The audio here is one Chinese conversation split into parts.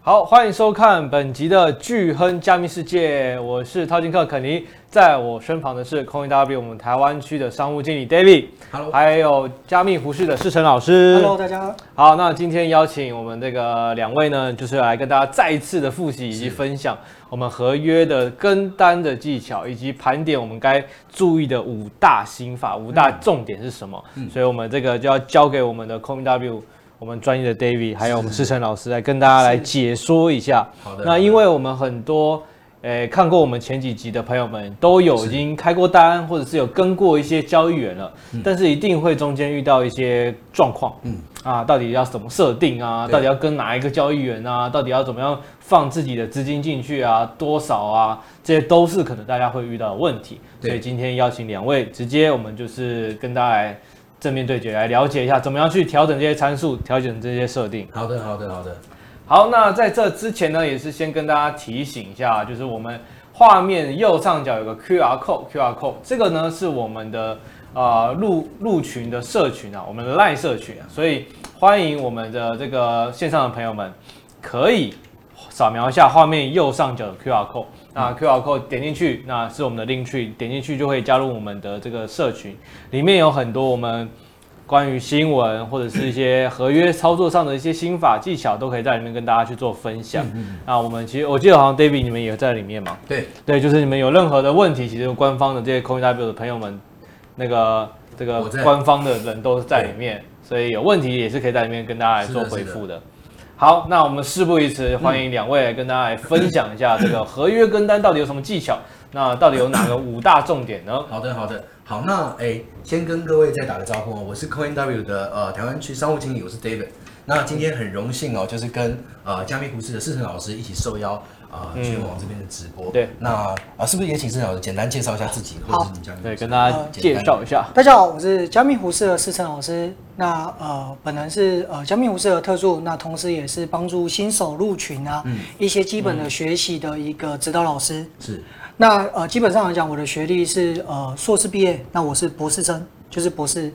好，欢迎收看本集的巨亨加密世界，我是淘金客肯尼，在我身旁的是空一 W 我们台湾区的商务经理 David， Hello 还有加密胡适的世成老师。 Hello，大家好，那今天邀请我们这个两位呢，就是来跟大家再一次的复习以及分享我们合约的跟单的技巧，以及盘点我们该注意的五大心法、五大重点是什么。所以我们这个就要交给我们的 c o m W，我们专业的 David，还有我们世成老师来跟大家来解说一下。好的那因为我们很多。诶，看过我们前几集的朋友们都有已经开过单，或者是有跟过一些交易员了，但是一定会中间遇到一些状况，嗯啊，到底要怎么设定啊？对到底要跟哪一个交易员啊？到底要怎么样放自己的资金进去啊？多少啊？这些都是可能大家会遇到的问题，所对以今天邀请两位，直接我们就是跟大家来正面对决，来了解一下怎么样去调整这些参数，调整这些设定。好的，好的，好的，好，那在这之前呢，也是先跟大家提醒一下，就是我们画面右上角有个 QR code，QR code 这个呢是我们的呃入入群的社群啊，我们的赖社群啊，所以欢迎我们的这个线上的朋友们可以扫描一下画面右上角的 QR code。那 QR code 点进去，那是我们的 link tree，点进去就会加入我们的这个社群，里面有很多我们关于新闻或者是一些合约操作上的一些心法技巧，都可以在里面跟大家去做分嗯享。那我们其实我记得好像 David 你们也在里面嘛？对，对，就是你们有任何的问题，其实官方的这些 c o i W 的朋友们，那个这个我在官方的人都在里面，所以有问题也是可以在里面跟大家来做是的回是的复的。好，那我们事不宜迟，欢迎两位跟大家来分享一下这个合约跟单到底有什么技巧，那到底有哪个五大重点呢？好的，好的，好，那哎，先跟各位再打个招呼哦，我是 Coin W 的呃台湾区商务经理，我是 David。那今天很荣幸哦，就是跟呃加密胡适的世成老师一起受邀啊、嗯呃、去往这边的直播。对，那啊、是不是也请世成老师简单介绍一下自己，或者是你加密对，胡适？跟大家介绍一下。大家好，我是加密胡适的思成老师。那呃，本人是呃加密胡适的特助，那同时也是帮助新手入群啊、一些基本的学习的一个指导老师。是那呃，基本上来讲，我的学历是呃硕士毕业，那我是博士生，就是博士。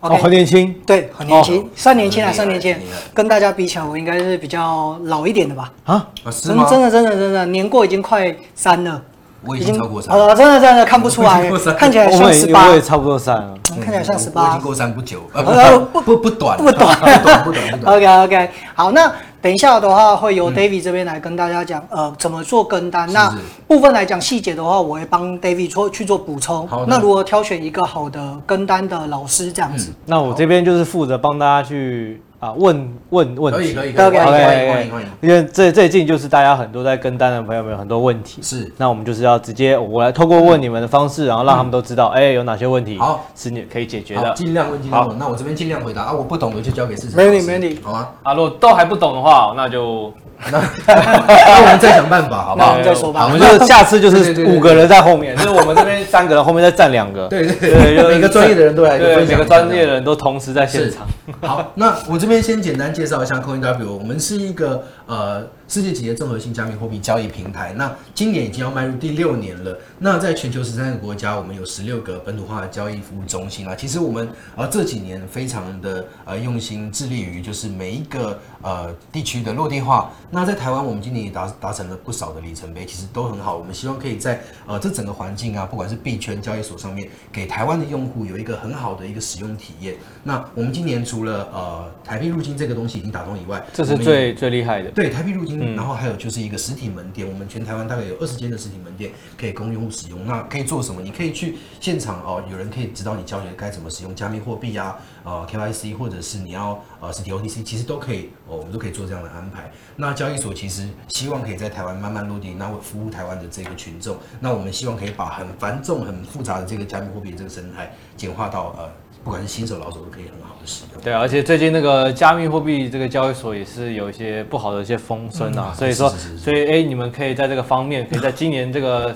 哦，很年轻，对，很年轻，算年轻啊，很算年轻厉害很厉害。跟大家比起来，我应该是比较老一点的吧。啊，啊，是真吗？真的真的真的，年过已经快三了，我已经超过三，呃，真的真的看不出我已来经过三，看起来我像们十也八嗯我，也差不多散了。看起来像十我已八经。过三不久，呃呃 不不不短，不短不短不短不 短， OK OK，好，嗯那等一下的话，会由 David 这边来跟大家讲，呃，怎么做跟单。是那是部分来讲细节的话，我会帮 David 做去做补充好的。那如何挑选一个好的跟单的老师这样子？那我这边就是负责帮大家去啊问问问可以题，可以可以， OK，欢迎 OK，欢迎欢迎欢迎，因为最最近就是大家很多在跟单的朋友们有很多问题，是那我们就是要直接我来透过问你们的方式，然后让他们都知道，哎、有哪些问题好是你可以解决好，的。尽量问，尽量问。那我这边尽量回答啊，我不懂的就交给市场。没问题没问题好吗？啊，如果都还不懂的话，那就 那那我们再想办法，嗯好不那我好们？再说吧好我们就是下次就对是对对对五个人在后面，就是我们这边三个人，后面再站两个。对对对就是每个专业的人都来一个对，分每享个专业的人都同时在现是场。。好，那我这边先简单介绍一下 Coin W，我们是一个呃世界级的综合性加密货币交易平台。那今年已经要迈入第六年了。那在全球十三个国家，我们有十六个本土化的交易服务中心啊。其实我们呃这几年非常的呃用心，致力于就是每一个呃地区的落地化。那在台湾，我们今年也达达成了不少的里程碑，其实都很好。我们希望可以在呃这整个环境啊，不管是币圈交易所上面，给台湾的用户有一个很好的一个使用体验。那我们今年除了呃台币入金这个东西已经打通以外，这我是们也最最厉害的。对台币入嗯金，然后还有就是一个实体门店，我们全台湾大概有二十间的实体门店可以供用户使用。那可以做什么？你可以去现场哦，有人可以指导你教学该怎么使用加密货币啊，呃 KYC 或者是你要呃实体 OTC，其实都可以哦，我们都可以做这样的安排。那交易所其实希望可以在台湾慢慢落地，那为服务台湾的这个群众。那我们希望可以把很繁重、很复杂的这个加密货币这个生态简化到呃，不管是新手老手都可以很好的使用。对，啊而且最近那个加密货币这个交易所也是有一些不好的一些风声啊，嗯所以说，是是是是所以哎、你们可以在这个方面，可以在今年这个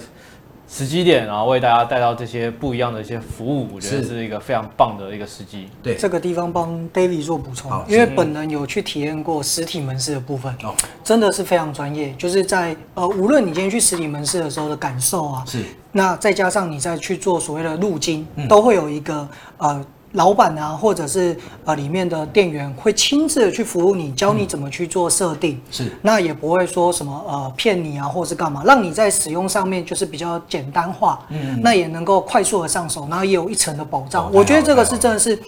时机点，然后为大家带到这些不一样的一些服务，我觉得是是一个非常棒的一个时机。对，这个地方帮 David 做补充好，因为本人有去体验过实体门市的部分哦，真的是非常专业。就是在呃，无论你今天去实体门市的时候的感受啊，是嗯那再加上你再去做所谓的路径，都会有一个呃老板啊，或者是呃里面的店员会亲自地去服务你，教你怎么去做设定。是那也不会说什么呃骗你啊，或是干嘛，让你在使用上面就是比较简单化，嗯，那也能够快速的上手，然后也有一层的保障。嗯哦我觉得这个太好是了真的是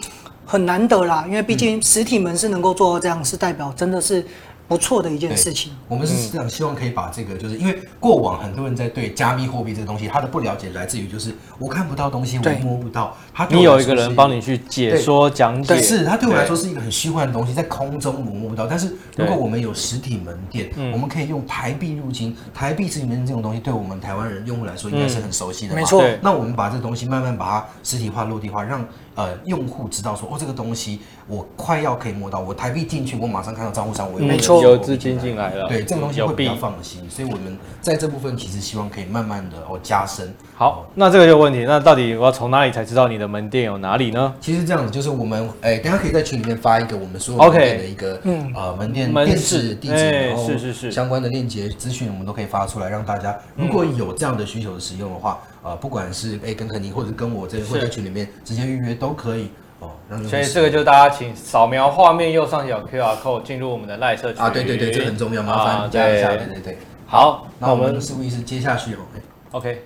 很难得啦，因为毕竟实体门市能够做到这样，是代表真的是不错的一件对事情。我们是市场希望可以把这个，就是因为过往很多人在对加密货币这个东西，他的不了解来自于就是我看不到东西，我对摸不到。他对你我有来一个说是人帮你去解说讲解，是它对我来说对是一个很虚幻的东西，在空中我摸不到。但是如果我们有实体门店，嗯我们可以用台币入金，台币实体门店这种东西，对我们台湾人用户来说应该是很熟悉的嘛。没错对那我们把这东西慢慢把它实体化、落地化，让呃用户知道说，哦，这个东西我快要可以摸到，我台币进去，我马上看到账户上我有没有嗯错有资金进来了，对这个东啊西有会比币较。放心，所以我们在这部分其实希望可以慢慢的哦加深。好，那这个就有问题，那到底我要从哪里才知道你的门店有哪里呢？其实这样子就是我们，哎、等一下可以在群里面发一个我们所有门 OK 店的一个呃门店门店市址地址，哎然后是是是嗯相关的链接资讯我们都可以发出来，让大家如果有这样的需求的使用的话，呃，不管是哎、跟肯尼或者跟我这边是或者群里面直接预约都可以哦，让你所以这个就大家请扫描画面右上角 QR code 进入我们的赖社群啊，对对对，这个很重要，麻啊烦加一下，对对对对。好，那那我我们们是不是接下去哦？哎 OK，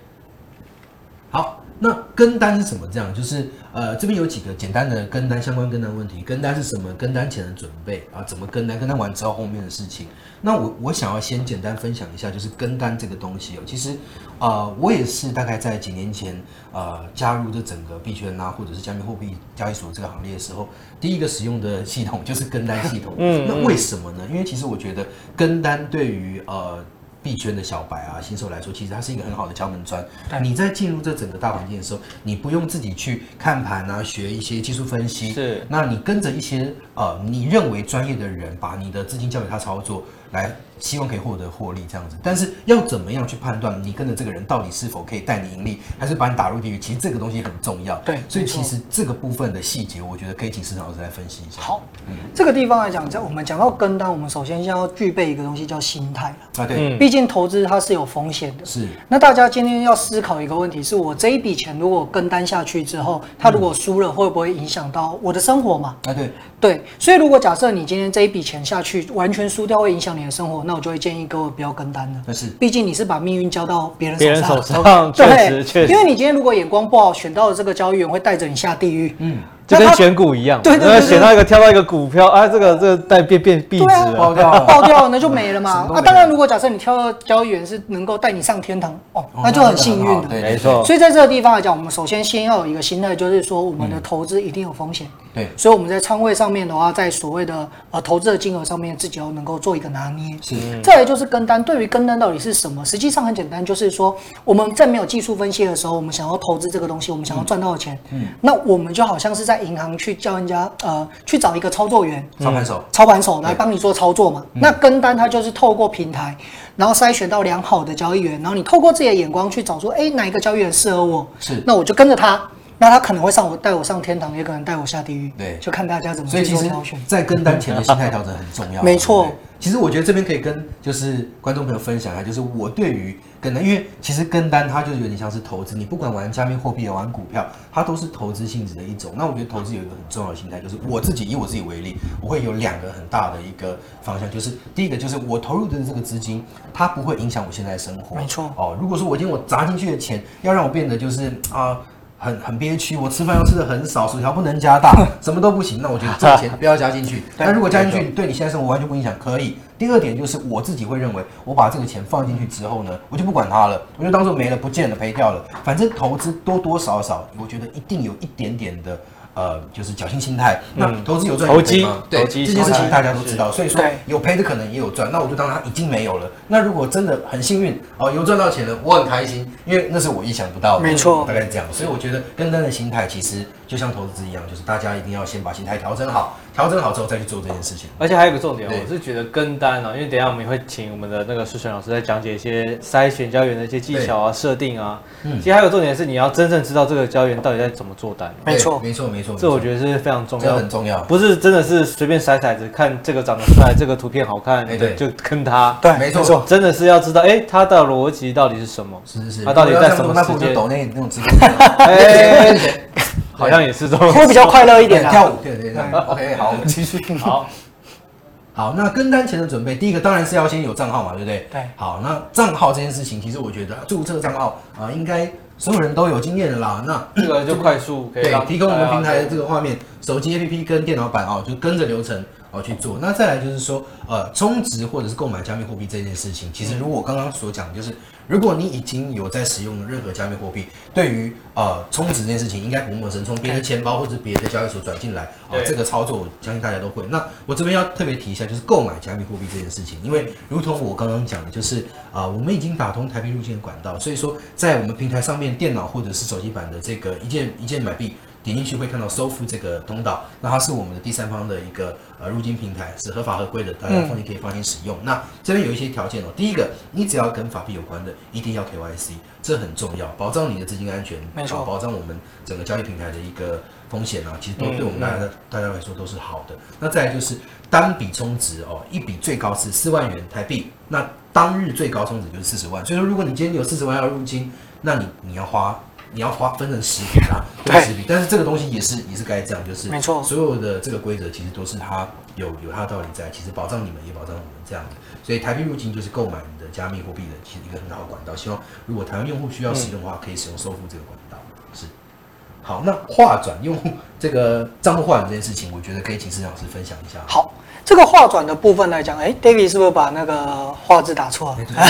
好，那跟单是什么？这样就是呃，这边有几个简单的跟单相关跟单问题，跟单是什么？跟单前的准备啊，怎么跟单？跟单完之后后面的事情。那我我想要先简单分享一下，就是跟单这个东西哦，其实呃，我也是大概在几年前呃加入这整个币圈啊，或者是加密货币交易所这个行列的时候，第一个使用的系统就是跟单系统。嗯那为什么呢？因为其实我觉得跟单对于呃。币圈的小白啊，新手来说，其实它是一个很好的敲门砖。你在进入这整个大环境的时候，你不用自己去看盘啊，学一些技术分析，是那你跟着一些呃你认为专业的人，把你的资金交给他操作，来希望可以获得获利这样子。但是要怎么样去判断你跟着这个人到底是否可以带你盈利，还是把你打入地狱？其实这个东西很重要。对所以没错其实这个部分的细节，我觉得可以请市场老师来分析一下。好，嗯这个地方来讲，在我们讲到跟单，我们首先要具备一个东西叫心态啦啊，对，嗯毕竟投资它是有风险的，是那大家今天要思考一个问题：是我这一笔钱如果跟单下去之后，它如果输了，会不会影响到我的生活嘛？啊，对，对，所以如果假设你今天这一笔钱下去，完全输掉会影响你的生活，那我就会建议各位不要跟单了。那是毕竟你是把命运交到别人别人手手上，上确实对，确实因为你今天如果眼光不好，选到的这个交易员会带着你下地狱。嗯，就跟选股一样，对对对对对选到一个挑到一个股票，啊，这个这个带变变币值对啊，了，爆掉了爆掉了那就没哦了什么都。嘛没了啊，当然，如果假设你挑到交易员是能够带你上天堂，哦，那就很幸运哦那真。的很好了对没错，所以在这个地方来啊讲，我们首先先要有一个心态，就是说我们的投资一定有风险。对对所以我们在仓位上面的话，在所谓的呃投资的金额上面，自己要能够做一个拿捏。是。再来就是跟单，对于跟单到底是什么？实际上很简单，就是说我们在没有技术分析的时候，我们想要投资这个东西，我们嗯想要赚到的钱，那我们就好像是在银行去叫人家呃去找一个操作员，操盘手。操盘手来帮你做操作嘛。嗯那跟单它就是透过平台，然后筛选到良好的交易员，然后你透过自己的眼光去找出，哎、哪一个交易员适合我，是那我就跟着他。那他可能会上我带我上天堂，也可能带我下地狱，对就看大家怎么所以去其做实挑选。，在跟单前的心态调整很重要。没错对不对。其实我觉得这边可以跟就是观众朋友分享一下，就是我对于跟单，因为其实跟单它就是有点像是投资，你不管玩加密货币、玩股票，它都是投资性质的一种。那我觉得投资有一个很重要的心态，就是我自己以我自己为例，我会有两个很大的一个方向，就是第一个就是我投入的这个资金，它不会影响我现在的生活。没错哦，如果说我今天我砸进去的钱要让我变得就是啊、很很憋屈，我吃饭要吃的很少，薯条不能加大，什么都不行，那我觉得这个钱不要加进去。但如果加进去对你现在生活完全不影响，可以。第二点就是我自己会认为，我把这个钱放进去之后呢，我就不管它了，我就当做没了、不见了、赔掉了，反正投资多多少少，我觉得一定有一点点的。呃，就是侥幸心态。那投资有赚有嗯投赔机吗？对，投这机件事心情态大家都知道，所以说对有赔的可能也有赚，那我就当它已经没有了。那如果真的很幸运哦，有赚到钱了，我很开心，因为那是我意想不到的，没错大概是这样。所以我觉得跟单的心态其实就像投资一样，就是大家一定要先把心态调整好，调整好之后再去做这件事情。而且还有一个重点，对我是觉得跟单啊，因为等一下我们也会请我们的那个世权老师来讲解一些筛选交易员的一些技巧啊、设定啊。嗯其实还有个重点是，你要真正知道这个交易员到底在怎么做单，啊没错对没错，没错，这我得觉得是非常重这要，很重要。啊不是真的是随便甩骰子，看这个长得帅，这个图片好看哎对，就跟他。对没错没错真的是要知道，哎，他的逻辑到底是什么？是是是，他到底在什么那时不如就间？抖那那种资金，哎，好像也是这种。会比较快乐 一对点，啊。跳舞，对对对，OK，好，我们继续。 好，好，那跟单前的准备，第一个当然是要先有账号嘛，对不对？对好，那账号这件事情，其实我觉得注册账号啊、应该所有人都有经验的啦。那这个就快速可以对让，提供我们平台大的家这个画面，手机 APP 跟电脑版哦，就跟着流程哦去做。那再来就是说，呃，充值或者是购买加密货币这件事情，其实如果我刚刚所讲，就是如果你已经有在使用任何加密货币，对于呃充值这件事情应该不陌生，从别的钱包或者是别的交易所转进来哦对，这个操作我相信大家都会。那我这边要特别提一下，就是购买加密货币这件事情，因为如同我刚刚讲的，就是啊、我们已经打通台币入境的管道，所以说在我们平台上面，电脑或者是手机版的这个一键一键买币。点进去会看到收付这个通道，那它是我们的第三方的一个呃入金平台，是合法合规的，大家嗯放心可以放心使用。那这边有一些条件哦，第一个，你只要跟法币有关的，一定要 KYC，这很重要，保障你的资金安全，没错啊保障我们整个交易平台的一个风险啊，其实都嗯对我们大家、大家来说都是好的。那再来就是单笔充值哦，一笔最高是四万元台币，那当日最高充值就是四十万，所以说如果你今天有四十万要入金，那你你要花。你要花分成十笔啦，对分十笔，但是这个东西也是也是该这样，就是没错所有的这个规则其实都是它有有它的道理在，其实保障你们也保障我们这样子。所以台币入境就是购买你的加密货币的其实一个很好的管道。希望如果台湾用户需要使用的话，可以使用收付这个管道。是。好，那划转用户这个账户划转这件事情，我觉得可以请市长老师分享一下。好，这个画转的部分来讲，哎，David 是不是把那个画字打错了？我打算划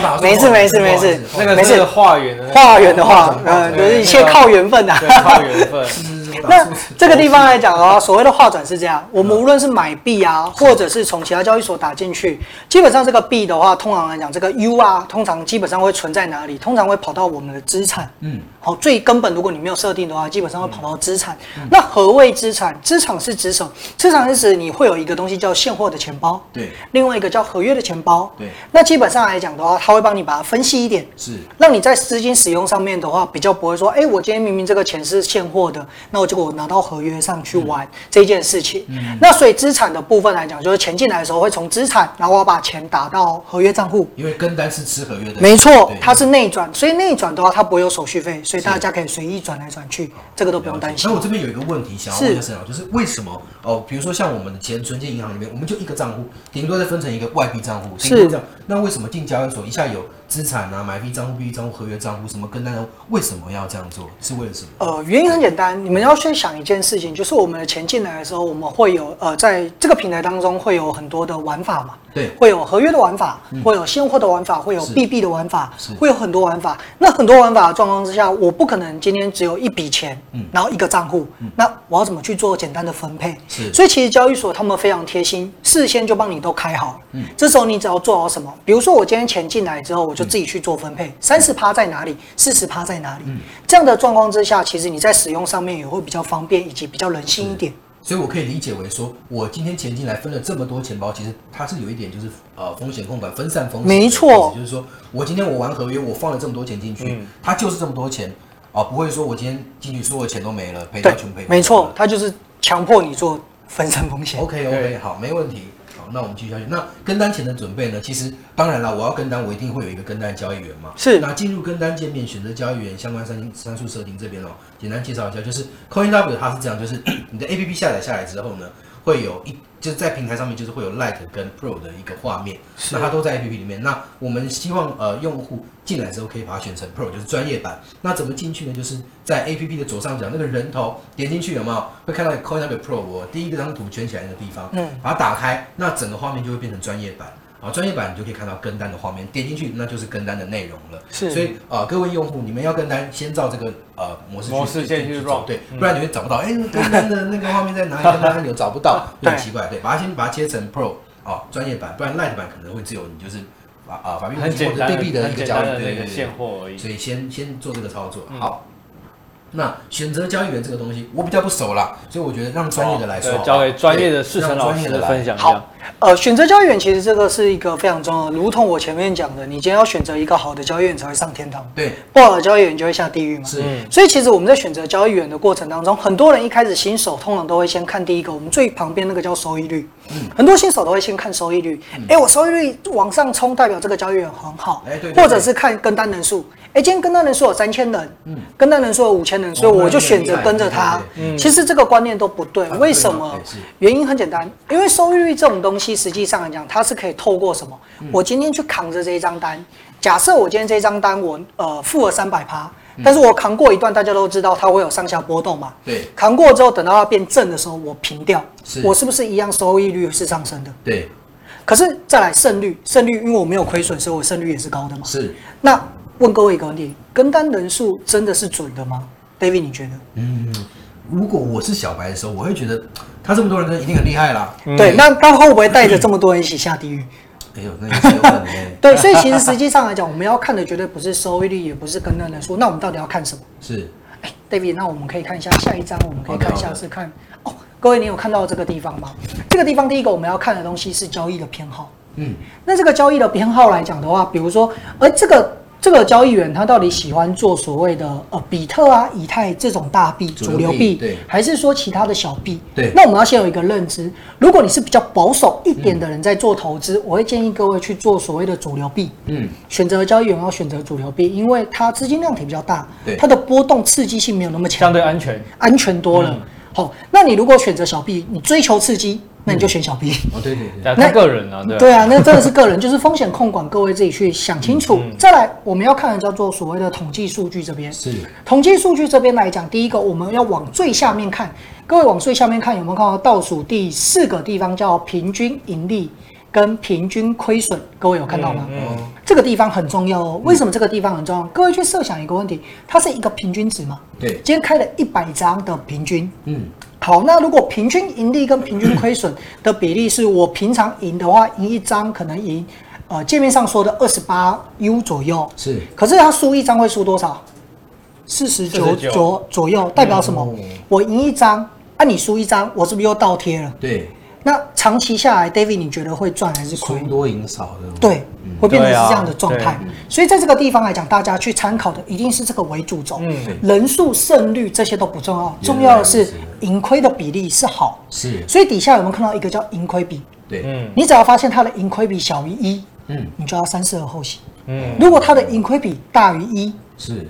转，没事没事不好意思没事那那个个没事是化缘的那个 画圆的话，画呃，转就是对一切那个靠缘分啊呐、对，靠缘 分。是啊是是，我哦嗯打那错字这个地方来讲啊，所谓的划转是这样，我们无论是买币啊，或者是从其他交易所打进去，基本上这个币的话，通常来讲，这个 U 啊，通常基本上会存在哪里？通常会跑到我们的资产。嗯，好，最根本，如果你没有设定的话，基本上会跑到资产。嗯那何谓资产？资产是指什么？资产是指你会有一个东西叫现货的钱包，对另外一个叫合约的钱包。对那基本上来讲的话，它会帮你把它分析一点，是让你在资金使用上面的话，比较不会说，哎、我今天明明这个钱是现货的，那我结果我拿到合约上去玩、这件事情。那所以资产的部分来讲，就是钱进来的时候会从资产，然后我要把钱打到合约账户。因为跟单是吃合约的，没错对，它是内转，所以内转的话它不会有手续费，所以大家可以随意转来转去，这个都不用担心那。我这边有一个问题想要问一下是沈老师，就是为什么哦？比如说像我们的钱存进银行里面，我们就一个账户，顶多再分成一个外币账户，顶多是这样。那为什么进交易所一下有资产啊、买币账户、币账户、合约账户什么跟单账户，为什么要这样做？是为了什么？呃，原因很简单，你们要先想一件事情，就是我们的钱进来的时候，我们会有呃，在这个平台当中会有很多的玩法嘛，对嗯会有合约的玩法，会有现货的玩法，会有是 BB 的玩法是，会有很多玩法。那很多玩法的状况之下，我不可能今天只有一笔钱，嗯然后一个账户，那我要怎么去做简单的分配？是所以其实交易所他们非常贴心，事先就帮你都开好了。这时候你只要做好什么，比如说我今天钱进来之后，我就自己去做分配，三十趴在哪里，四十趴在哪里。这样的状况之下，其实你在使用上面也会比较方便，以及比较人性一点。所以我可以理解为说，我今天钱进来分了这么多钱包，其实它是有一点就是呃风险控管、分散风险的意思。没错嗯就是说我今天我玩合约，我放了这么多钱进去，它就是这么多钱啊、不会说我今天进去所有钱都没了，赔到对全赔。，没错，它就是强迫你做分散风险。 OK OK，对好，没问题。好，那我们继续下去。那跟单前的准备呢？其实当然了，我要跟单，我一定会有一个跟单交易员嘛。是那进入跟单界面，选择交易员相关参参数设定这边哦，简单介绍一下，就是 CoinW 它是这样，就是 你的 APP 下载下来之后呢，会有一就是在平台上面就是会有 Lite 跟 Pro 的一个画面，那它都在 APP 里面。那我们希望呃用户进来之后可以把它选成 Pro，就是专业版。那怎么进去呢？就是在 APP 的左上角那个人头点进去有没有会看到 CoinW Pro 我第一个张图圈起来那个地方，嗯把它打开，那整个画面就会变成专业版。啊，专业版你就可以看到跟单的画面，点进去那就是跟单的内容了。是所以呃，各位用户，你们要跟单，先照这个呃模式去模式先去走 run 嗯对，不然你会找不到。哎，跟单的那个画面在哪 里？跟单按钮找不到，就很奇怪。对，把它先把它切成 Pro 哦，专业版，不然 Lite 版可能会只有你就是法啊法币很简或者单对的，币的很一个简交易单，的对那对个对现。货而已。所以先先做这个操作，好。那选择交易员这个东西，我比较不熟啦，所以我觉得让专业的来对说好了，交给专业的对世成让老专业师的来分享一下好。，呃，选择交易员其实这个是一个非常重要的，如同我前面讲的，你今天要选择一个好的交易员才会上天堂，对，不好的交易员就会下地狱嘛。是所以其实我们在选择交易员的过程当中，很多人一开始新手通常都会先看第一个，我们最旁边那个叫收益率。嗯很多新手都会先看收益率，哎，我收益率往上冲，代表这个交易员很好哎对对，对或者是看跟单人数，哎，今天跟单人数有三千人，跟单人数有五千人，所以嗯哦那我就你选厉择害跟着对对他对。其实这个观念都不对啊，为对什啊么对是？原因很简单，因为收益率这种东西，实际上来讲，它是可以透过什么？嗯我今天去扛着这一张单，假设我今天这张单我呃付了三百趴，但是我扛过一段，大家都知道它会有上下波动嘛。对扛过之后，等到它变正的时候，我平掉是，我是不是一样收益率是上升的？对，可是再来胜率，胜率因为我没有亏损，所以我胜率也是高的嘛。是，那问各位一个问题：跟单人数真的是准的吗？David，你觉得？如果我是小白的时候，我会觉得嗯他这么多人跟一定很厉害啦。嗯对，那他会不会带着这么多人一起下地狱？哎呦，那也是有可能欸对，所以其实实际上来讲，我们要看的绝对不是收益率，也不是跟单人数，那我们到底要看什么是哎？David，那我们可以看一下下一章，我们可以看一好下的是看哦，各位你有看到这个地方吗？这个地方第一个我们要看的东西是交易的偏好。嗯，那这个交易的偏好来讲的话，比如说，而这个这个交易员他到底喜欢做所谓的呃比特啊、以太这种大币、主主流流币币，对还是说其他的小币？对那我们要先有一个认知，如果你是比较保守一点的人在做投资，我会建议各位去做所谓的主流币。嗯，选择交易员要选择主流币，因为它资金量体比较大对，它的波动刺激性没有那么强相。对嗯安全。安全多了。好，那你如果选择小币，你追求刺激，那你就选小币。哦，对对对，那看个人 啊，对啊对啊，那真的是个人，就是风险控管，各位自己去想清楚。嗯再来，我们要看的叫做所谓的统计数据这边。是统计数据这边来讲，第一个我们要往最下面看，各位往最下面看有没有看到倒数第四个地方叫平均盈利跟平均亏损，各位有看到吗？哦，这个地方很重要哦。为什么这个地方很重要？各位去设想一个问题，它是一个平均值嘛？对，今天开了一百张的平均，嗯，好，那如果平均盈利跟平均亏损的比例是我平常赢的话，赢一张可能赢，呃，界面上说的二十八 U 左右，是可是他输一张会输多少？四十九49左左右，代表什么？哦我赢一张，啊，你输一张，我是不是又倒贴了？对，那长期下来，David，你觉得会赚还是亏？输多赢少的，对，会变成对是啊这样的状态。所以在这个地方来讲，大家去参考的一定是这个为主轴，人数、胜率这些都不重要，原重要来的如是此盈亏的比例是好。是，所以底下有没有看到一个叫盈亏比？对，嗯你只要发现它的盈亏比小于一，嗯你就要三思而后行。嗯如果它的盈亏比大于一，是，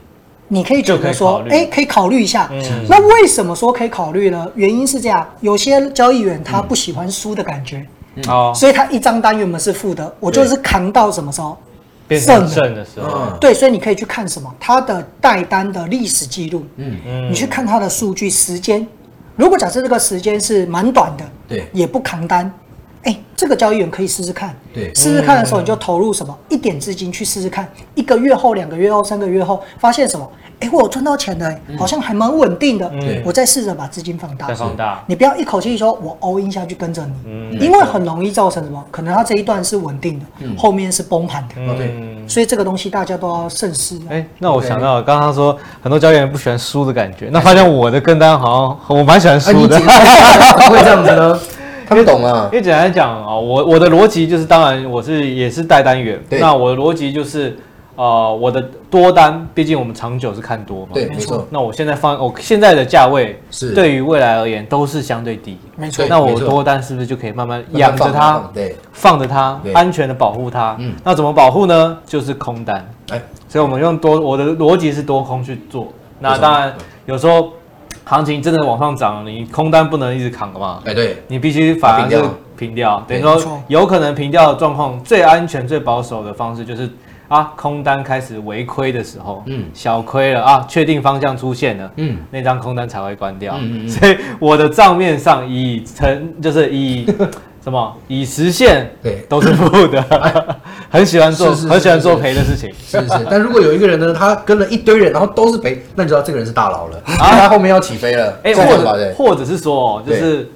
你可以觉得说就可以考，虑嗯哎、可以考虑一下。那为什么说可以考虑呢？原因是这样，有些交易员他不喜欢输的感觉。好，嗯所以他一张单原本是负的，我就是扛到什么时候变成正的时候，嗯，对，所以你可以去看什么，他的带单的历史记录，嗯嗯你去看他的数据时间。如果假设这个时间是蛮短的，对也不扛单，哎，这个交易员可以试试看，对试试看的时候你就投入什么一点资金去试试看，一个月后、两个月后、三个月后，发现什么，哎，我有赚到钱的，哎嗯好像还蛮稳定的对，我再试着把资金放大，再放大，嗯你不要一口气说我 all in 下去跟着你，因为很容易造成什么？可能它这一段是稳定的，后面是崩盘的，哦对，嗯。所以这个东西大家都要慎思啊。哎、那我想到了刚刚说很多教练不喜欢输的感觉，那发现我的跟单好像我蛮喜欢啊，你输的，姐怎么 会这样 子呢？他们懂啊因，为简单讲啊，我我的逻辑就是，当然我是也是带单元，对那我的逻辑就是，呃，我的多单，毕竟我们长久是看多嘛，对，没错，那我现在放我现在的价位，是对于未来而言都是相对低，没错对那我没错多单是不是就可以慢慢慢慢养着放它，放对，放着它对，安全的保护它？嗯那怎么保护呢？就是空单，哎，所以我们用多，我的逻辑是多空去做。那当然有时候行情真的往上涨，你空单不能一直扛嘛，哎对，你必须反而平是掉平掉，等于没说错有可能平掉的状况，最安全、最保守的方式就是啊，空单开始微亏的时候，嗯嗯，小亏了啊，确定方向出现了，嗯，那张空单才会关掉。嗯嗯嗯所以我的账面上以成就是 以什么以实现对都是负 的，很喜欢做是是是很喜欢做是赔的事情。是是，但如果有一个人呢，他跟了一堆人，然后都是赔，那你知道这个人是大佬 了，他后面要起飞了，啊哎、这样或子吧者对，或者是说哦，就对是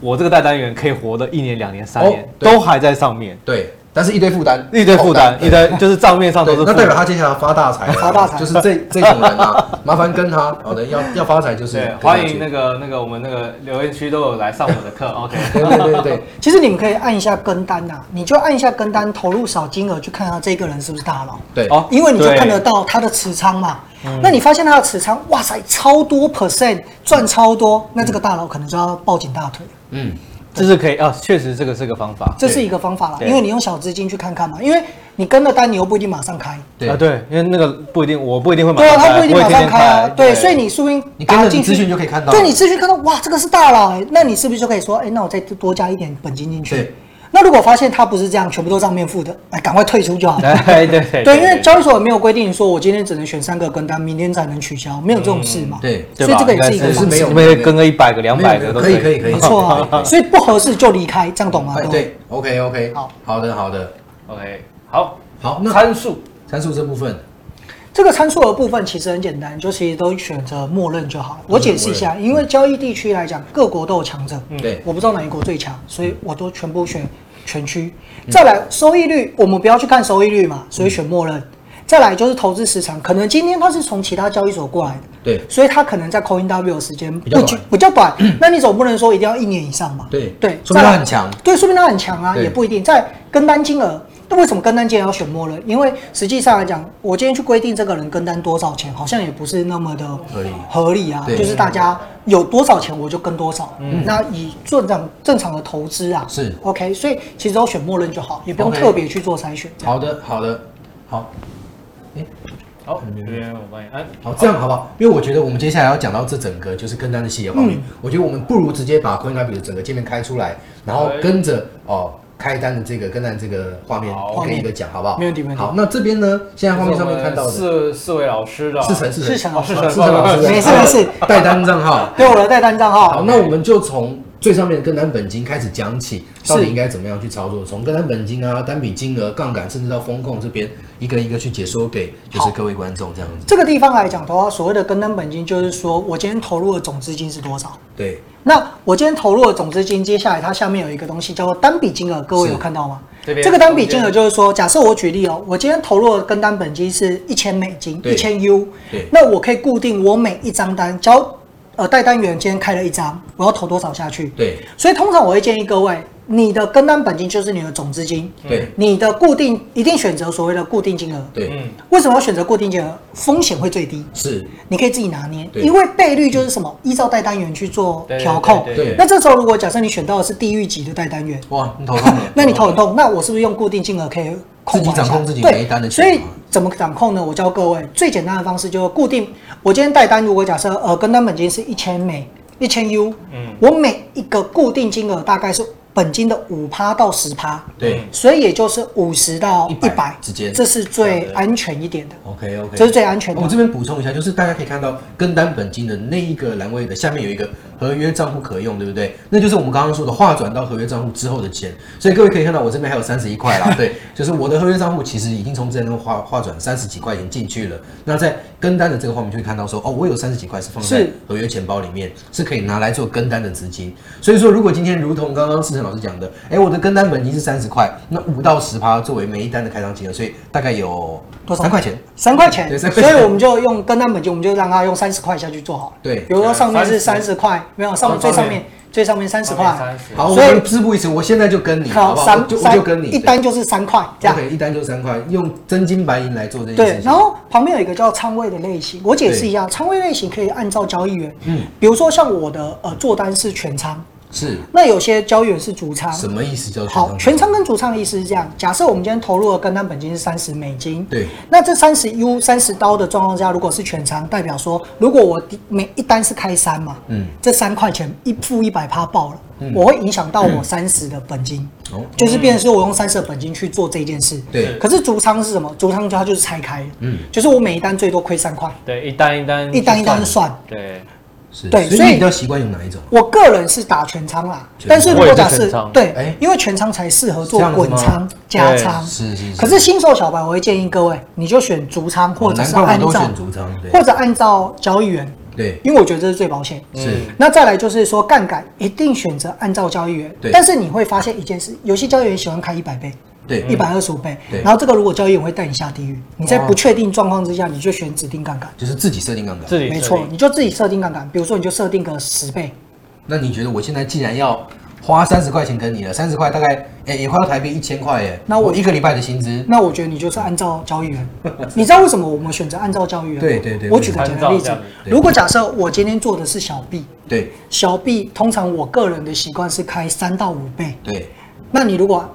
我这个带单员可以活的一年、两年、三年、哦对都还在上面。对，但是一堆负担，哦一堆负担，对一堆就是账面上都对是负那代表担。他接下来发大 财了，发大财就是这这种人啊，麻烦跟他，好的，要要发财就是对，跟他欢迎去那个那个我们那个留言区都有来上我的课，OK。对对对对，其实你们可以按一下跟单呐、啊你就按一下跟单，投入少金额去看他这个人是不是大佬。对，哦因为你就对看得到他的持仓嘛，嗯那你发现他的持仓，哇塞，超多 percent 赚超多，那这个大佬可能就要抱紧大腿。嗯， 这是可以啊，确实这个是个方法。这是一个方法啦，对因为你用小资金去看看嘛，因为你跟了单，你又不一定马上开。对啊，对，因为那个不一定，我不一定会马对上啊，开，他不一定马我也上天天开啊。对，所以 你你说不定你跟打着进你去资讯就可以看到了对你资讯看到，哇，这个是大佬，那你是不是就可以说，哎，那我再多加一点本金进去对？那如果发现他不是这样，全部都账面付的，哎，赶快退出就 好了。对对对对，因为交易所也没有规定说我今天只能选三个跟单，明天才能取消，没有这种事嘛。嗯对所以这个也是一个应该是方没式有，没有跟个一百个、两百没个有都可以可以可以没错啊。 所以不合适就离开，这样懂吗？哎各位 对，OK OK，好，好的好的， OK，好，好，那参数参数这部分，这个参数的部分其实很简单，就其实都选择默认就好了。我解释一下，嗯因为交易地区来讲，各国都有强者，对我不知道哪一国最强，所以我都全部选全区。嗯再来收益率，我们不要去看收益率嘛，所以选默认。再来就是投资时长，可能今天它是从其他交易所过来的，对所以它可能在 Coin W 的时间比较短久比较 短。那你总不能说一定要一年以上吧？对对，说明它再来很强，对，说明它很强啊，对也不一定。在跟单金额，那为什么跟单金额要选默认？因为实际上来讲，我今天去规定这个人跟单多少钱，好像也不是那么的合理合理啊。对嗯就是大家有多少钱我就跟多少。那以正常正常的投资啊，是 OK。所以其实都选默认就好，也不用 OK 特别去做筛选。好的好的好，好，这边我帮你按。好，这样好不好？因为我觉得我们接下来要讲到这整个就是跟单的细节嗯方面，我觉得我们不如直接把 CoinLab 的整个界面开出来，然后对跟着哦开单的这个跟单这个画面好一个一个讲，好不好？没问题没问题好，那这边呢，现在画面上面看到的是四四位老师的陈是是陈陈老师哦是陈老师，没事没事代单账号。对，我的代单账好，号，那我们就从最上面的跟单本金开始讲起，是到底应该怎么样去操作？从跟单本金啊、单笔金额、杠杆，甚至到风控这边，一个一个去解说给就是好各位观众这样子。这个地方来讲的话，所谓的跟单本金就是说我今天投入的总资金是多少。对，那我今天投入的总资金，接下来它下面有一个东西叫做单笔金额，各位是有看到吗？这边个单笔金额就是说，假设我举例哦，我今天投入的跟单本金是一千美金，对一千 U，对那我可以固定我每一张单，交呃代单员今天开了一张，我要投多少下去？对，所以通常我会建议各位，你的跟单本金就是你的总资金，对，你的固定一定选择所谓的固定金额。对，嗯，为什么要选择固定金额？风险会最低。是，你可以自己拿捏，对因为倍率就是什么，依照代单元去做对对调控对。对那这时候如果假设你选到的是地狱级的代单元，。哇，你头痛了 那你头很痛，那我是不是用固定金额可以控管一自下己掌控自己对每一单的所金额以怎么掌控呢？我教各位最简单的方式就是固定。我今天代单，如果假设呃跟单本金是一千美一千 U，嗯我每一个固定金额大概是本金的五趴到十趴，对所以也就是五十到一100百之间这是最安全一点的。 ，OK OK，这是最安全的哦我这边补充一下，就是大家可以看到跟单本金的那一个栏位的下面有一个合约账户可用，对不对？那就是我们刚刚说的划转到合约账户之后的钱。所以各位可以看到我这边还有三十一块 啦，对，就是我的合约账户其实已经从之前那个划划转三十几块钱进去了。那在跟单的这个画面就会看到说，哦，我有三十几块是放在是合约钱包里面，是可以拿来做跟单的资金。所以说，如果今天如同刚刚思成老师讲的，哎，我的跟单本金是三十块，那五到十趴作为每一单的开张金额，所以大概有多少三块钱。三块钱对，三块所钱以我们就用跟单本金，我们就让他用三十块下去做好了。对比如说上面是三30十块，没有上面哦最上上面面最上面三十块， 30好，我所以们事不宜迟，我现在就跟你，好不好？我三就我三就跟你一单就是三块这对样。 ，OK，一单就三块，用真金白银来做这件事对情。，然后旁边有一个叫仓位的类型，我解释一下，仓位类型可以按照交易员，嗯，比如说像我的呃做单是全仓，是那有些交易员是主仓。什么意思？叫好，全仓跟主仓的意思是这样：假设我们今天投入的跟单本金是三十美金，对，那这三十 U 三十刀的状况下，如果是全仓，代表说，如果我第每一单是开三嘛，嗯嗯，这三块钱一付一百趴爆了，我会影响到嗯我三十的本金，哦就是变成说我用三十的本金去做这件事。对可是足仓是什么？足仓它就是拆开，嗯，就是我每一单最多亏三块，对，一单一单一单一单算。对，是对所所以以你比较习惯用哪一种？我个人是打全仓啦，全仓但是如果假我也是设全仓对哎，因为全仓才适合做这样子吗滚仓、加对仓。是是是哦可是新手小白，我会建议各位，你就选足仓，或者难是怪我按都照选主仓，或对者按照交易员，对因为我觉得这是最保险。是那再来就是说杠杆一定选择按照交易员对，但是你会发现一件事，有些交易员喜欢开一百倍、一对，百二十五倍对，然后这个如果交易员会带你下地狱，你在哇不确定状况之下，你就选指定杠杆。就是自己设定杠自杆。己没设错，定 你就自己设定杠杆，比如说你就设定个十倍，那你觉得我现在既然要花三十块钱跟你了，三十块大概哎、也快要台币一千块耶，那我一个礼拜的薪资，那我觉得你就是按照交易员，你知道为什么我们选择按照交易员吗？对对对我举个简单例按照交子易员，对如果假设我今天做的是小 B，对小 B 通常我个人的习惯是开三到五倍，对那你如果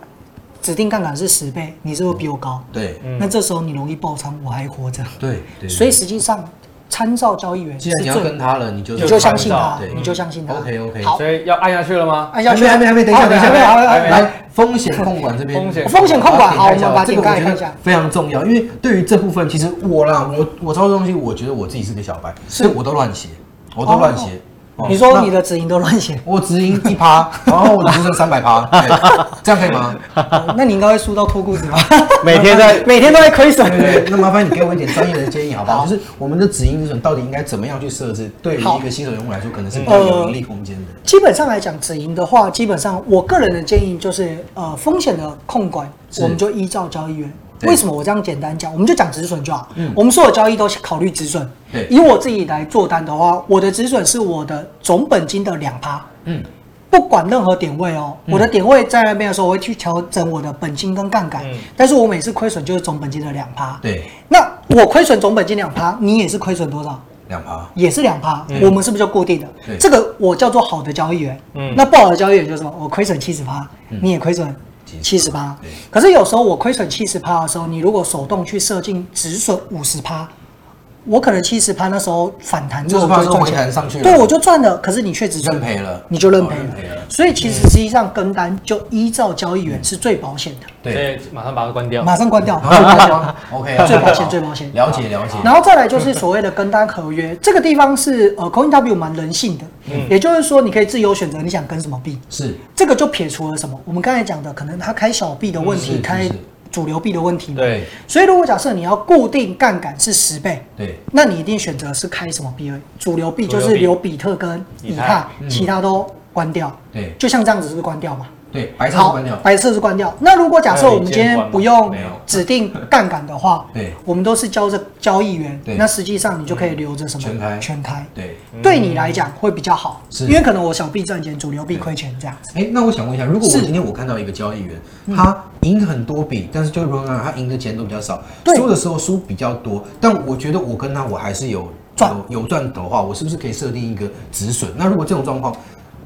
指定杠杆是十倍，你是不是比我高？对那这时候你容易爆仓，我还活着。对嗯对，所以实际上参照交易员既是然你要最跟，他了，你就你就相参信照他对，你就相信他。 OK，OK 好，所以要按下去了吗？按下哎去。还没还没，等一下好等一下，还没等一下还没还没来风险控管这边，风险风险控管，好，我点开一下们把这点个开我来觉看一下得。非常重要，因为对于这部分，其实我啦，我我操作东西，我觉得我自己是个小白，是我都乱写，我都乱写。哦，你说你的止盈都乱写我只赢一趴，然后我只剩三百趴，对这样可以吗？哦那你应该会输到脱裤子吧？ 每天在每天都在亏对损。对，对那麻烦你给我一点专业的建议好不好？就是我们的止盈止损到底应该怎么样去设置？对于好呃一个新手用户来说，可能是比较有盈利空间的。基本上来讲，止盈的话，基本上我个人的建议就是，呃，风险的控管，是我们就依照交易员。对为什么我这样简单讲？我们就讲止损就好。我们所有交易都考虑止损。对以我自己来做单的话，我的止损是我的总本金的两趴。嗯，不管任何点位哦，我的点位在那边的时候，我会去调整我的本金跟杠杆嗯。但是我每次亏损就是总本金的两趴。对，那我亏损总本金两趴，你也是亏损多少？两趴。也是两趴，我们是不是就固定嗯对的？这个我叫做好的交易员。嗯那不好的交易员就是什么？我亏损七十趴，你也亏损七十趴嗯对。可是有时候我亏损七十趴的时候，你如果手动去设定止损五十趴，我可能七十趴那时候反弹之后70%我就赚回弹钱上去了对我就赚了，可是你却止损认赔了你就认赔了哦认赔了。所以其实实际上跟单就依照交易员是最保险的，所对，以马上把它关嗯掉。马上 关掉，然后就关 OK，最保险最保险了解了解。然后再来就是所谓的跟单合约，这个地方是呃 CoinW 蛮人性的，也就是说你可以自由选择你想跟什么币，是这个就撇除了什么？我们刚才讲的，可能他开小币的问嗯题，是开是主流币的问题嘛。对，所以如果假设你要固定杠杆是十倍，对，那你一定选择是开什么币而已。主流币就是主流币留比特跟以以太太，其他都关掉。对就像这样子是不是关掉嘛？对，白色好，关掉。哎白色是关掉。那如果假设我们今天不用没有指定杠杆的话， 对我们都是交着交易员对，那实际上你就可以留着什么全开全开，对，对你来讲会比较好，是因为可能我小币赚钱，主流币亏钱这样子。哎，那我想问一下，如果我是嗯今天我看到一个交易员，他赢很多笔，但是就 run 他赢的钱都比较少，对输的时候输比较多，但我觉得我跟他我还是有赚有有赚的话，我是不是可以设定一个止损？那如果这种状况，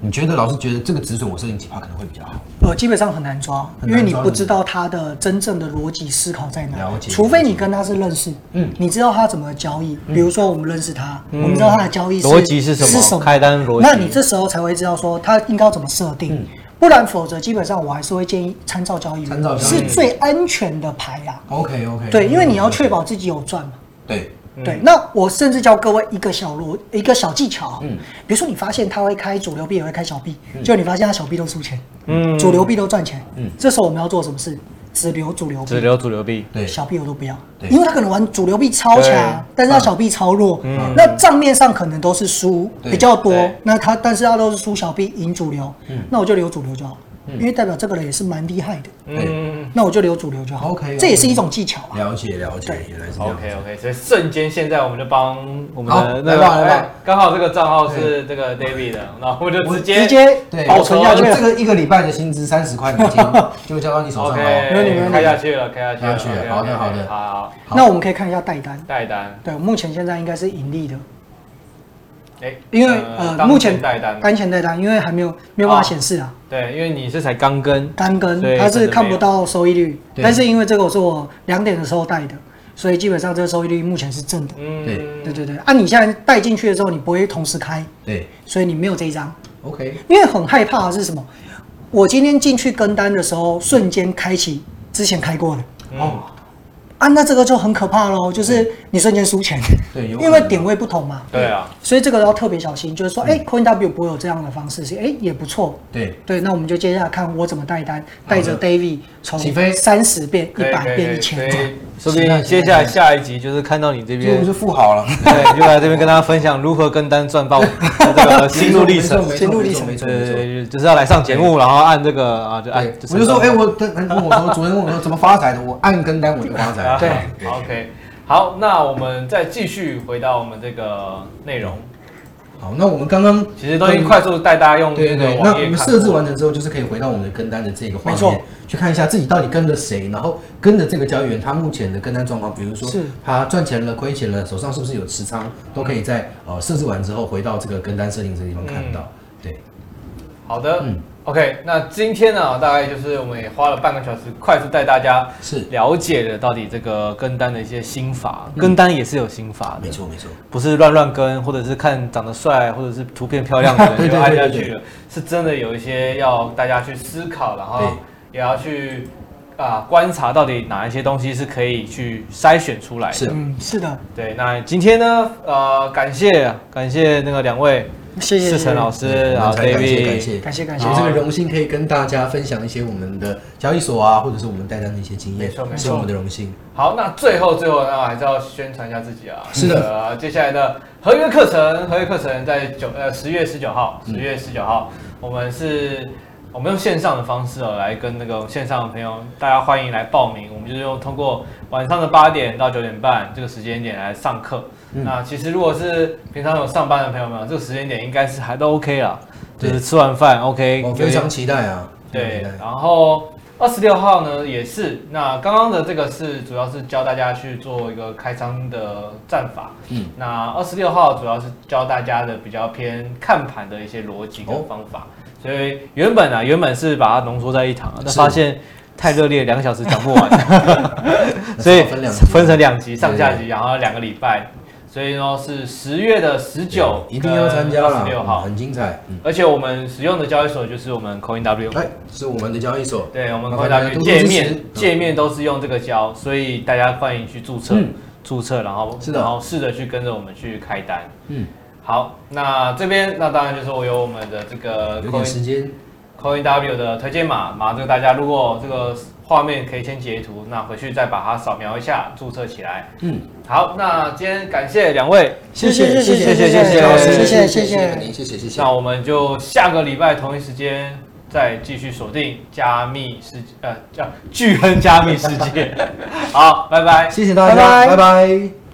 你觉得老师觉得这个止损我设定几趴可能会比较好？呃，基本上很难抓，很难因为你抓不知道他的真正的逻辑思考在哪了，解除非你跟他是认识，嗯嗯，你知道他怎么交易，比如说我们认识他，我们知道他的交易嗯逻辑是什么开单逻辑嗯那你这时候才会知道说他应该要怎么设定，不然否则基本上我还是会建议参照交易员，参照交易是最安全的牌啦。 OK OK，对，因为你要确保自己有赚嘛。对对，那我甚至教各位一个小逻一个小技巧，嗯，比如说你发现他会开主流币，也会开小币，就你发现他小币都输钱，嗯，主流币都赚钱，嗯，这时候我们要做什么事？只留主流只币，留主流币。对小币我都不要对，因为他可能玩主流币超对强，但是他小币超弱，嗯那账面上可能都是输对比较多对，那他但是他都是输小币赢主流，那我就留主流就好，因为代表这个人也是蛮厉害的，嗯那我就留主流就好 OK，这也是 OK 一种技巧啊。了解了解对，原来是这样。 ，OK OK，所以瞬间现在我们就帮我们好的那来个吧来吧哎刚好这个账号是这个 David 的，那我们就直接直接对，保存下去我哦这了。个一个礼拜的薪资三十块美 金就交到你手上了 OK，哦。没问题没问题开下去了，开下去开下去了，好的 OK，OK，好的好好好那我们可以看一下代单，代单，对，目前现在应该是盈利的，哎，因为呃，当目前代单，当前代单，因为还没有没有办法显示啊，对，因为你是才刚跟，单根对它是看不到收益率，对但是因为这个我是我两点的时候带的，所以基本上这个收益率目前是正的。嗯，对对对，啊，你现在带进去了之后，你不会同时开，对所以你没有这一张， ，OK，因为很害怕的是什么？我今天进去跟单的时候，瞬间开启之前开过的。哦，啊，那这个就很可怕喽，就是你瞬间输钱，对有可能因为点位不同嘛，对啊，所以这个要特别小心，就是说，嗯哎、c o i n W 不会有这样的方式，是哎、也不错，对，对，那我们就接下来看我怎么带单，带着 David 从起飞三十变一可以百可以可变以一所千转，以说不定接下来下一集就是看到你这这个边呃就，是富豪了。对，就来这边跟大家分享如何跟单赚 爆这呃个心路历程。没错心路没历错程没错对没对错。对，就是要来上节目，然后按这个啊，就按对，，我就说，哎，我他他跟我 说，主任问我说怎么发财的，我按跟单我就发财了。 ，OK，好，那我们再继续回到我们这个内容。好，那我们刚刚其实都已经快速带大家用对对那个对，那网我页们看设置过完成之后，就是可以回到我们的跟单的这个画没错面，去看一下自己到底跟了谁，然后跟着这个交易员他目前的跟单状况，比如说是他赚钱了、亏钱了，手上是不是有持仓，都可以在呃设置完之后回到这个跟单设定这个地方看到。嗯对，好的、嗯 o k 那今天呢，大概就是我们也花了半个小时，快速带大家是了解了到底这个跟单的一些心法，跟单也是有心法的嗯没，错没错，不是乱乱跟，或者是看长得帅，或者是图片漂亮的 人对就对按对下对去了，是真的有一些要大家去思考，然后对也要去啊观察到底哪一些东西是可以去筛选出来的是。嗯，是的，对，那今天呢，呃，感谢感谢那个两位，谢谢世成老师，对然我后们才感谢感 David，谢感谢感谢有这个荣幸可以跟大家分享一些我们的交易所啊，或者是我们带单的一些经验没错没，是错我们的荣幸。好，那最后最后呢，还是要宣传一下自己啊。是的呃，接下来的合约课程，合约课程在九呃十月十九号，嗯十月十九号，我们是。我们用线上的方式哦，来跟那个线上的朋友，大家欢迎来报名。我们就是用通过晚上的八点到九点半这个时间点来上课。嗯那其实如果是平常有上班的朋友们，这个时间点应该是还都 OK 啦，就对是吃完饭 OK，我有哦非点常期待啊，非哎对常期，待然后二十六号呢也是，那刚刚的这个是主要是教大家去做一个开仓的战法，嗯，那二十六号主要是教大家的比较偏看盘的一些逻辑跟方哦法，所以原本啊原本是把它浓缩在一堂啊，但是发现。太热烈，两个小时讲不 完，所以分两集分成两集，上下对集，然后两个礼拜，所以呢是十月的十九，一定要参加啦十六号嗯，很精彩。嗯，而且我们使用的交易所就是我们 Coin W，来是我们的交易所，对，我们麻会烦大大家家多多界支持面嗯界面都是用这个胶，所以大家欢迎去注册嗯，注册然后是的然后试着去跟着我们去开单。嗯，好，那这边那当然就是我有我们的这个有点 Coin 时间， Coin W 的推荐码，麻这个大家如果这个画面可以先截图，那回去再把它扫描一下，注册起来。嗯，好，那今天感谢两位，谢谢谢谢谢谢谢谢谢老师，谢谢谢谢谢您，谢谢谢谢那。我们就下个礼拜同一时间再继续锁定加密世 呃叫巨亨加密世界。好，拜拜。谢谢大家，拜拜拜拜